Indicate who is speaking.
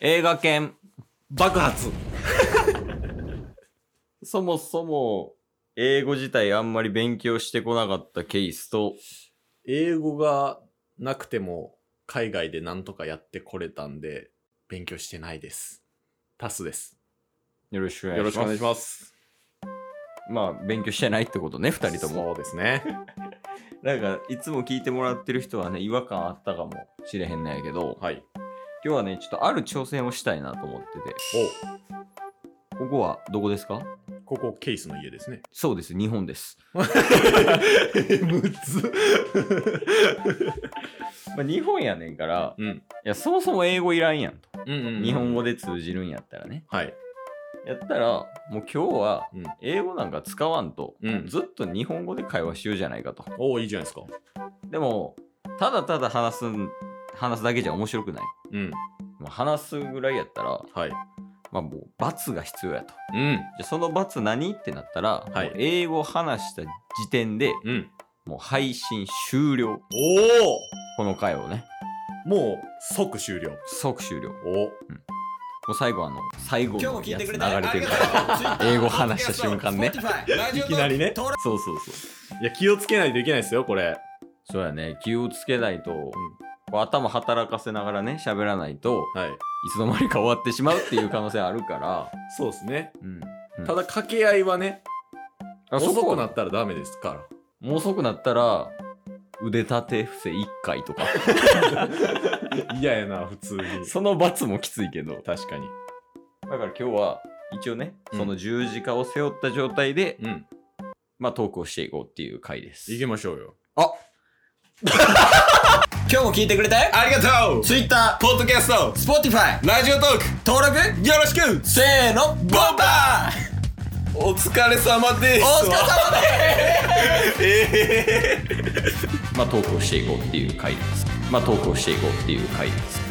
Speaker 1: 映画犬
Speaker 2: 爆発 そもそも英語自体あんまり勉強してこなかったケースと
Speaker 3: 英語がなくても海外でなんとかやってこれたんで勉強してないです。タスです。
Speaker 2: よろしくお
Speaker 3: よ
Speaker 2: 願
Speaker 3: ろ
Speaker 2: い
Speaker 3: し
Speaker 2: し
Speaker 3: くお
Speaker 2: ま
Speaker 3: 願
Speaker 2: す
Speaker 3: いします。
Speaker 2: まあ勉強してないってことね2人とも
Speaker 3: そうですね。
Speaker 2: なんかいつも聞いてもらってる人はね違和感あったかもしれへんなんやけど
Speaker 3: はい。
Speaker 2: 今日はねちょっとある挑戦をしたいなと思っててここはどこですか
Speaker 3: おここケースの家ですね。
Speaker 2: そうです日本です、
Speaker 3: むつ。
Speaker 2: まあ、日本やねんから、
Speaker 3: うん
Speaker 2: いやそもそも英語いらんやんと、
Speaker 3: うんうん
Speaker 2: 日本語で通じるんやったらね
Speaker 3: はい。
Speaker 2: やったらもう今日は
Speaker 3: うん
Speaker 2: 英語なんか使わんと、
Speaker 3: うん
Speaker 2: ずっと日本語で会話しようじゃないかと
Speaker 3: おおいいじゃないですか。
Speaker 2: でもただただ話すん話すだけじゃ面白くない、
Speaker 3: うん。
Speaker 2: まあ、話すぐらいやったら、
Speaker 3: はい。
Speaker 2: まあ、もう罰が必要やと
Speaker 3: うん。
Speaker 2: じゃあその罰何ってなったら、
Speaker 3: はい
Speaker 2: もう英語を話した時点で
Speaker 3: うん。
Speaker 2: もう配信終了
Speaker 3: おお
Speaker 2: この回をね
Speaker 3: もう即終了。
Speaker 2: 即終了も
Speaker 3: おお。
Speaker 2: う最後あの最後のやつ流れてるから
Speaker 1: ら
Speaker 2: 英語話した瞬間ね
Speaker 3: いきなりね。
Speaker 2: そうそうそう
Speaker 3: いや、気をつけないといけないですよ、これ。
Speaker 2: そうやね気をつけないと、こう頭働かせながらね喋らないと
Speaker 3: はい。
Speaker 2: いつの間にか終わってしまうっていう可能性あるから、
Speaker 3: そうですね。
Speaker 2: うん
Speaker 3: ただ、掛け合いはね、
Speaker 2: あそ
Speaker 3: 遅
Speaker 2: こ
Speaker 3: くな
Speaker 2: な
Speaker 3: ったらダメですから。
Speaker 2: もう遅くなったら腕立て伏せ1回とか
Speaker 3: 嫌やな、普通 に。
Speaker 2: その罰もきついけど
Speaker 3: 確かに。
Speaker 2: だから今日は一応ね、
Speaker 3: うん
Speaker 2: その十字架を背負った状態で、
Speaker 3: うん。
Speaker 2: まあトークをしていこうっていう回です。
Speaker 3: 行きましょうよ。
Speaker 1: 今日も聞いてくれてありがとう Twitter、ポッドキャスト、Spotify、ラジオトーク登録よろしくせーのボンバー
Speaker 3: お疲れ様です
Speaker 1: お疲れ様です
Speaker 2: まあトークをしていこうっていう回です。まあトークをしていこうっていう回です。